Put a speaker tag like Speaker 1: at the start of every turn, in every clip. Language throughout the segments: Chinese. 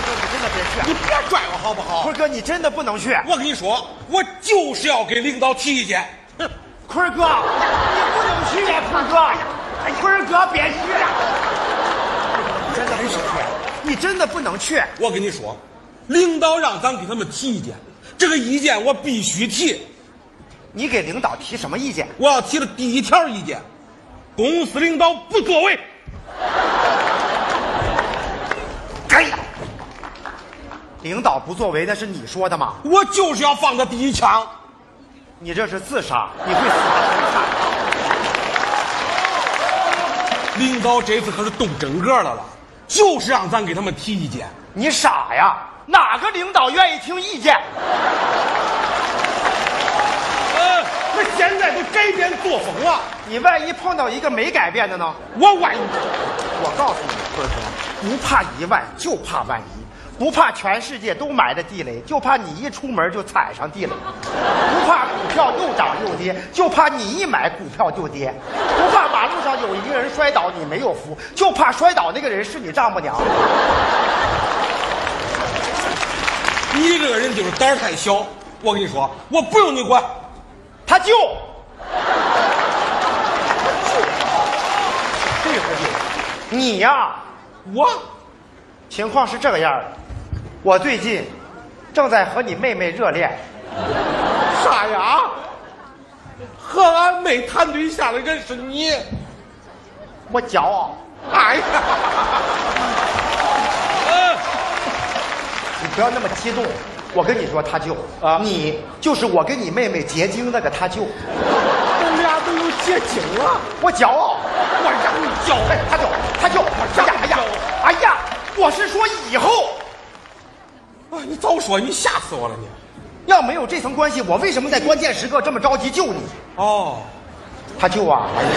Speaker 1: 人去。
Speaker 2: 你别拽我好不好？
Speaker 1: 坤哥，你真的不能去。
Speaker 2: 我跟你说，我就是要给领导提意见。哼，
Speaker 1: 坤哥，你不能去呀，坤哥。坤哥，别去。真的不能去，你真的不能去。
Speaker 2: 我跟你说，领导让咱给他们提意见，这个意见我必须提。
Speaker 1: 你给领导提什么意见？
Speaker 2: 我要提的第一条意见，公司领导不作为。
Speaker 1: 哎呀，领导不作为，那是你说的吗？
Speaker 2: 我就是要放他第一枪。
Speaker 1: 你这是自杀，你会死的很惨。
Speaker 2: 领导这次可是动真格了了，就是让咱给他们提意见。
Speaker 1: 你傻呀？哪个领导愿意听意见？
Speaker 2: 呃，那现在都改变作风了，
Speaker 1: 你万一碰到一个没改变的呢？
Speaker 2: 我万一
Speaker 1: 我告诉你，坤哥，不怕一万，就怕万一；不怕全世界都埋着地雷，就怕你一出门就踩上地雷；不怕股票又涨又跌，就怕你一买股票就跌；不怕马路上有一个人摔倒你没有扶，就怕摔倒那个人是你丈母娘。
Speaker 2: 你这个人就是胆儿太小。我跟你说，我不用你管，
Speaker 1: 他就，对不对？你呀、
Speaker 2: 我
Speaker 1: 情况是这个样儿的，我最近正在和你妹妹热恋。
Speaker 2: 傻呀。和俺妹谈对象的人是你，
Speaker 1: 我骄傲，
Speaker 2: 哎呀，呃
Speaker 1: 嗯你不要那么激动。我跟你说，他舅
Speaker 2: 啊
Speaker 1: 你就是我跟你妹妹结晶那个他舅，
Speaker 2: 我俩都有结晶了，
Speaker 1: 我骄傲。
Speaker 2: 我让你叫
Speaker 1: 哎，他舅，他舅，哎呀，哎呀，哎呀，我是说以后
Speaker 2: 啊！你早说，你吓死我了你！
Speaker 1: 要没有这层关系，我为什么在关键时刻这么着急救你？
Speaker 2: 哦，
Speaker 1: 他舅啊，哎呀，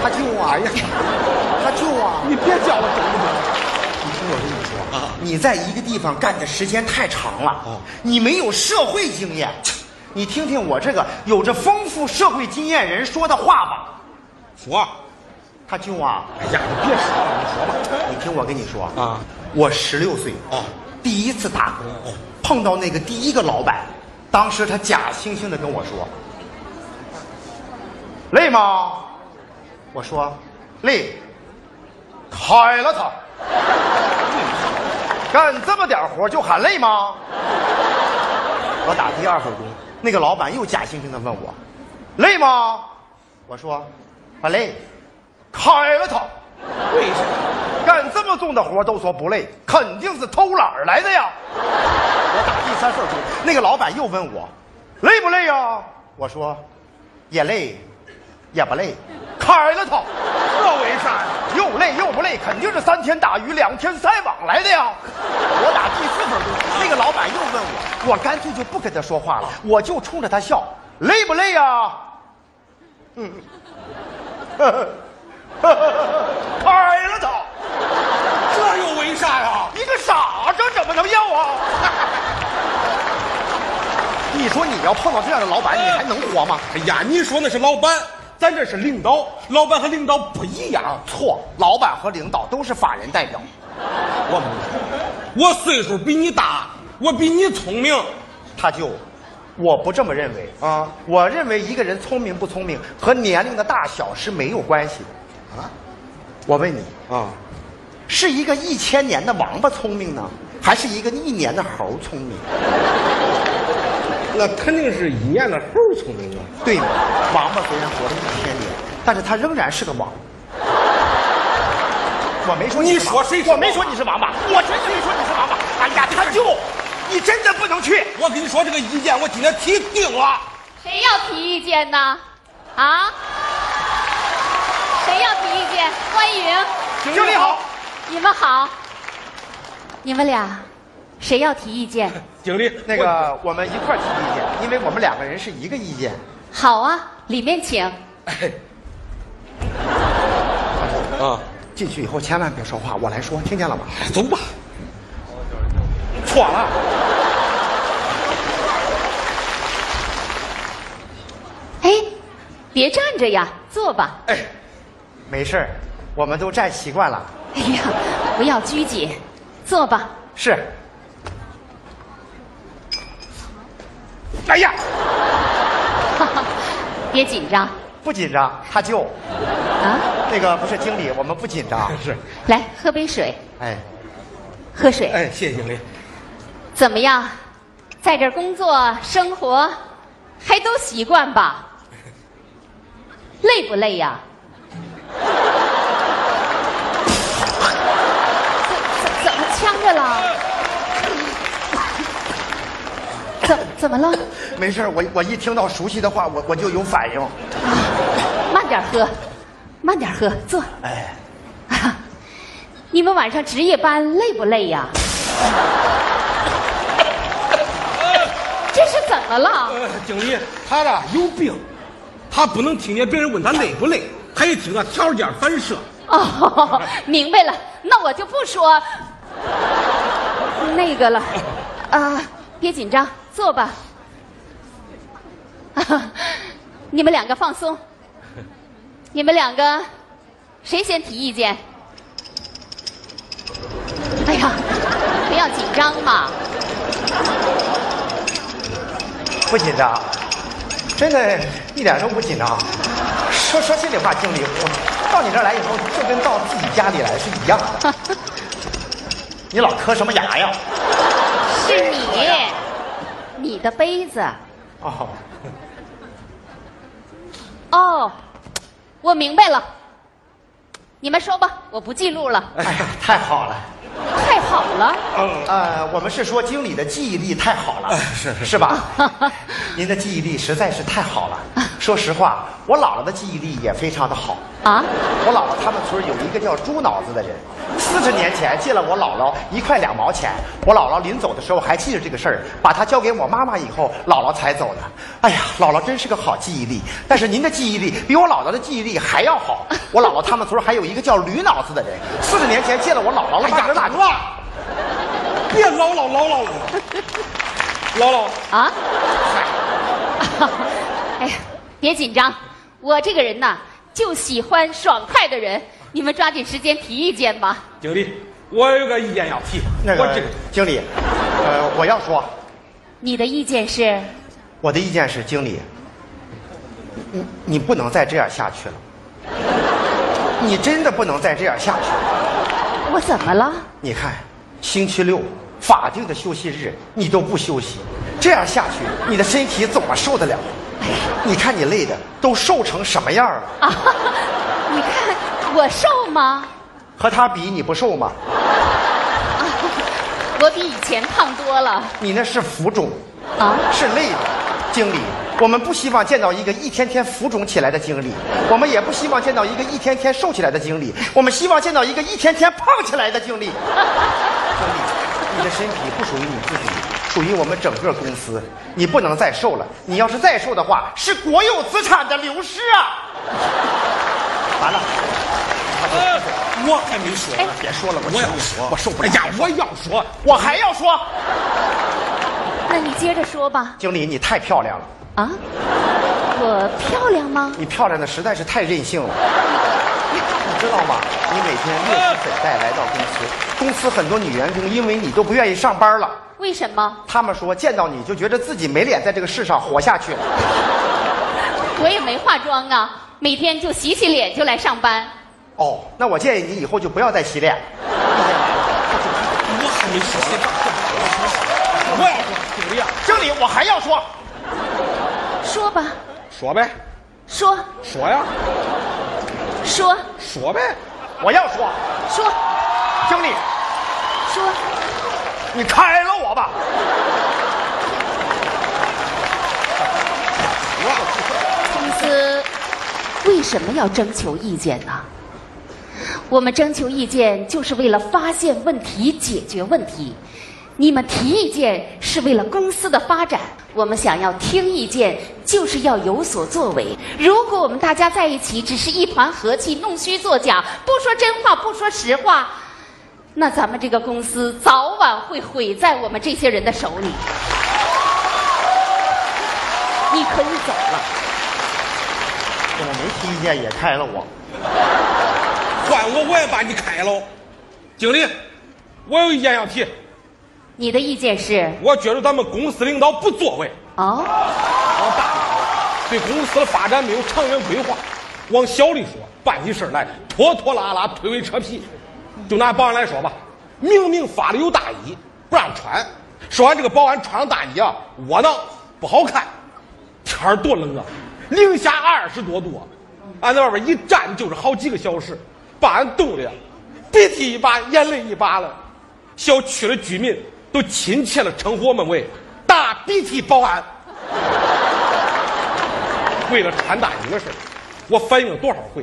Speaker 1: 他舅啊，哎呀，他舅啊，
Speaker 2: 你别叫了，中不中？
Speaker 1: 你在一个地方干的时间太长了，
Speaker 2: 哦
Speaker 1: 你没有社会经验。你听听我这个有着丰富社会经验人说的话吧。
Speaker 2: 说，
Speaker 1: 他舅啊，
Speaker 2: 哎呀，你别说了，你说吧。
Speaker 1: 你听我跟你说
Speaker 2: 啊，
Speaker 1: 我十六岁
Speaker 2: 哦
Speaker 1: 第一次打工，碰到那个第一个老板，当时他假惺惺的跟我说：“累吗？”我说：“累。”开了他，干这么点活就喊累吗？我打第二份工，那个老板又假惺惺的问我：“累吗？”我说：“不累。”开了他。
Speaker 2: 为什么？
Speaker 1: 干这么重的活都说不累，肯定是偷懒儿来的呀。我打第三份工，那个老板又问我，累不累呀？我说，也累，也不累，开了他，
Speaker 2: 这为啥呀？
Speaker 1: 又累又不累，肯定是三天打鱼两天晒网来的呀。我打第四份工，那个老板又问我，我干脆就不跟他说话了，我就冲着他笑，累不累呀？嗯， 开了他。
Speaker 2: 这又为啥呀？
Speaker 1: 你个傻子怎么能要啊？ 你说你要碰到这样的老板，你还能活吗？
Speaker 2: 哎呀，你说那是老板，咱这是领导，老板和领导不一样。
Speaker 1: 错，老板和领导都是法人代表。
Speaker 2: 我不，我岁数比你大，我比你聪明。
Speaker 1: 他就，我不这么认为啊。我认为一个人聪明不聪明和年龄的大小是没有关系的啊。我问你，
Speaker 2: 啊，
Speaker 1: 是一个一千年的王八聪明呢，还是一个一年的猴聪明？
Speaker 2: 那肯定是一年的猴聪明啊。
Speaker 1: 对吗？王八虽然活了一千年，但是他仍然是个王。我没说是王八
Speaker 2: 你说谁是
Speaker 1: 我没说你是王八，我真的没说你是王八。哎呀，他就，你真的不能去。
Speaker 2: 我跟你说，这个意见我今天提定了。
Speaker 3: 谁要提意见呢？啊？谁要提意见？欢迎。
Speaker 1: 经理好，
Speaker 3: 你们好。你们俩，谁要提意见？
Speaker 2: 经理，
Speaker 1: 那个我们一块儿提意见，因为我们两个人是一个意见。
Speaker 3: 好啊，里面请。
Speaker 2: 我啊，
Speaker 1: 进去以后千万别说话，我来说，听见了吗？
Speaker 2: 走吧。
Speaker 1: 错了，
Speaker 3: 哎，别站着呀，坐吧。
Speaker 2: 哎，
Speaker 1: 没事儿，我们都站习惯了。
Speaker 3: 哎呀，不要拘谨，坐吧。
Speaker 1: 是，哎呀，
Speaker 3: 别紧张
Speaker 1: 不紧张，他就
Speaker 3: 啊！
Speaker 1: 那个不是经理，我们不紧 张。
Speaker 2: 是，
Speaker 3: 来，喝杯水，
Speaker 1: 哎，
Speaker 3: 喝水。
Speaker 2: 哎，谢谢经理。
Speaker 3: 怎么样，在这儿工作生活还都习惯吧？累不累呀？怎怎怎么呛着了？怎怎么了？
Speaker 1: 没事儿，我我一听到熟悉的话，我我就有反应。
Speaker 3: 慢点喝，慢点喝，坐。
Speaker 1: 哎，
Speaker 3: 你们晚上值夜班累不累呀？这是怎么了？
Speaker 2: 呃，经理，他呀有病，他不能听见别人问他累不累，他一听啊条件反射。
Speaker 3: 哦， 明白了，那我就不说那个了。啊，别紧张，坐吧。 啊，你们两个放松。你们两个，谁先提意见？哎呀，不要紧张嘛。
Speaker 1: 不紧张，真的，一点都不紧张。说说心里话，经理，我到你这儿来以后，就跟到自己家里来是一样的。你老磕什么牙呀？
Speaker 3: 是你，你的杯子。
Speaker 1: 哦，
Speaker 3: 哦，我明白了。你们说吧，我不记录了。
Speaker 1: 哎呀，太好了。
Speaker 3: 太好了，
Speaker 2: 嗯，
Speaker 1: 呃，我们是说经理的记忆力太好了，哎是是 吧？您的记忆力实在是太好了。说实话，我姥姥的记忆力也非常的好。
Speaker 3: 啊，
Speaker 1: 我姥姥他们村有一个叫猪脑子的人，四十年前借了我姥姥一块两毛钱，我姥姥临走的时候还记着这个事儿，把它交给我妈妈以后，姥姥才走的。哎呀，姥姥真是个好记忆力，但是您的记忆力比我姥姥的记忆力还要好。我姥姥他们村还有一个叫驴脑子的人，四十年前借了我姥姥了
Speaker 2: 哎
Speaker 1: 八
Speaker 2: 呀，
Speaker 1: 十大
Speaker 2: 大哥， 别唠唠唠唠了，唠唠。
Speaker 3: 啊， 哎呀，别紧张，我这个人呐，就喜欢爽快的人。你们抓紧时间提意见吧。
Speaker 2: 经理，我有个意见要提，
Speaker 1: 那
Speaker 2: 我这
Speaker 1: 个
Speaker 2: 个
Speaker 1: 经理，呃，我要说，
Speaker 3: 你的意见是？
Speaker 1: 我的意见是，经理，你你不能再这样下去了，你真的不能再这样下去了。
Speaker 3: 我怎么了？
Speaker 1: 你看，星期六法定的休息日你都不休息，这样下去你的身体怎么受得了？你看你累的都瘦成什么样了？
Speaker 3: 啊， 你看我瘦吗？
Speaker 1: 和他比你不瘦吗？
Speaker 3: 我比以前胖多了。
Speaker 1: 你那是浮肿，
Speaker 3: 啊，
Speaker 1: 是累的。经理，我们不希望见到一个一天天浮肿起来的经理，我们也不希望见到一个一天天瘦起来的经理，我们希望见到一个一天天胖起来的经理。经 理，你的身体不属于你自己，属于我们整个公司，你不能再瘦了。你要是再瘦的话，是国有资产的流失啊！完了，
Speaker 2: 呃，我还没说呢，
Speaker 1: 别说了，哎我
Speaker 2: 我要
Speaker 1: 受不了
Speaker 2: 说，
Speaker 1: 我受不
Speaker 2: 哎
Speaker 1: 了。
Speaker 2: 呀，我要说，
Speaker 1: 我还要说，
Speaker 3: 那你接着说吧。
Speaker 1: 经理，你太漂亮了，
Speaker 3: 啊，我漂亮吗？
Speaker 1: 你漂亮的实在是太任性了。你知道吗？你每天略施粉黛来到公司，公司很多女员工因为你都不愿意上班了。
Speaker 3: 为什么？
Speaker 1: 他们说见到你就觉得自己没脸在这个世上活下去了。
Speaker 3: 我也没化妆啊，每天就洗洗脸就来上班。
Speaker 1: 哦，那我建议你以后就不要再洗脸了。
Speaker 2: 我还没说呢，我要说，经理啊，
Speaker 1: 经理，我还要说，
Speaker 3: 说吧，
Speaker 2: 说呗，
Speaker 3: 说
Speaker 2: 说呀，
Speaker 3: 说
Speaker 2: 说呗，
Speaker 1: 我要说，
Speaker 3: 说
Speaker 1: 经理，
Speaker 3: 说，
Speaker 1: 你开了我吧。
Speaker 3: 公司为什么要征求意见呢？我们征求意见就是为了发现问题、解决问题。你们提意见是为了公司的发展，我们想要听意见，就是要有所作为。如果我们大家在一起只是一团和气、弄虚作假，不说真话，不说实话，那咱们这个公司早晚会毁在我们这些人的手里。你可以走了。
Speaker 1: 我没提意见也开了我。
Speaker 2: 换我我也把你开了。经理，我有意见要提，
Speaker 3: 你的意见是
Speaker 2: 我觉得咱们公司领导不作为，
Speaker 3: 哦，
Speaker 2: 往大里说，对公司的发展没有长远规划；往小里说，办起事儿来拖拖拉拉、推诿扯皮。就拿保安来说吧，明明法里有大衣不让穿，说完这个保安穿上大衣啊窝囊不好看，天儿多冷啊，零下二十多度啊，俺在外边一站就是好几个小时，把俺冻的呀，鼻涕一把眼泪一把了。小区的居民都亲切的称呼我们为“大鼻涕保安”。为了传达你的事儿我反映了多少回？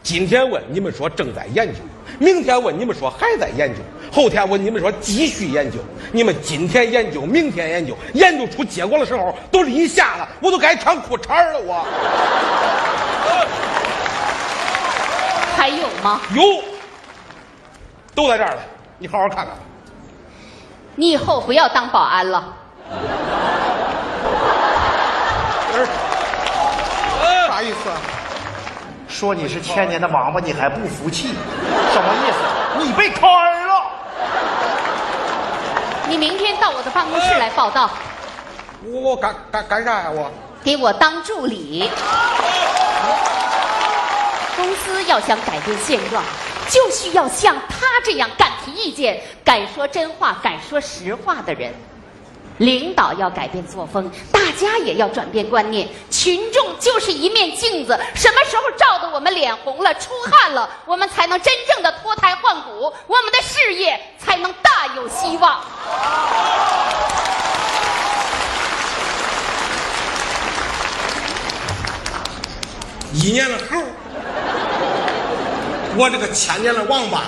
Speaker 2: 今天问你们说正在研究，明天问你们说还在研究，后天问你们说继续研究。你们今天研究，明天研究，研究出结果的时候都立夏了，我都该穿裤衩儿了。我
Speaker 3: 还有吗？
Speaker 2: 有，都在这儿了，你好好看看吧。
Speaker 3: 你以后不要当保安了。
Speaker 2: 啥意思啊？
Speaker 1: 说你是千年的王八，你还不服气，什么意思？你被坑了。
Speaker 3: 你明天到我的办公室来报道，
Speaker 2: 我我干干干啥呀？我
Speaker 3: 给我当助理。公司要想改变现状，就需要像他这样敢提意见、敢说真话、敢说实话的人。领导要改变作风，大家也要转变观念。群众就是一面镜子，什么时候照得我们脸红了、出汗了，我们才能真正的脱胎换骨，我们的事业才能大有希望。
Speaker 2: 一年的猴，我这个千年的王八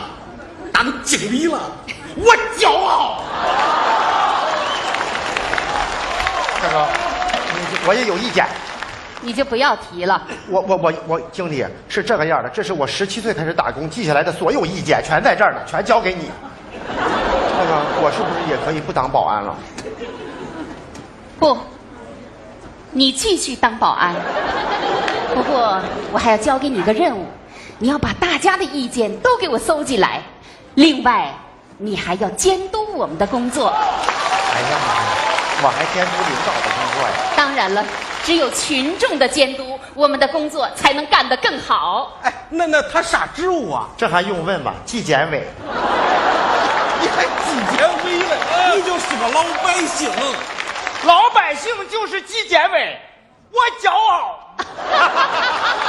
Speaker 2: 当经理了，我骄傲。
Speaker 1: 大哥，你我也有意见。
Speaker 3: 你就不要提了。
Speaker 1: 我我我我，经理是这个样的，这是我十七岁开始打工记下来的所有意见，全在这儿呢，全交给你。那个，我是不是也可以不当保安了？
Speaker 3: 不，你继续当保安。不过我还要交给你个任务，你要把大家的意见都给我搜集来。另外，你还要监督我们的工作。
Speaker 1: 哎呀妈呀，我还监督领导的工作呀！
Speaker 3: 当然了，只有群众的监督，我们的工作才能干得更好。
Speaker 2: 哎，那那他啥职务啊？
Speaker 1: 这还用问吗？纪检委，
Speaker 2: 你还纪检委了？你就是个老百姓。
Speaker 1: 老百姓就是纪检委，我骄傲。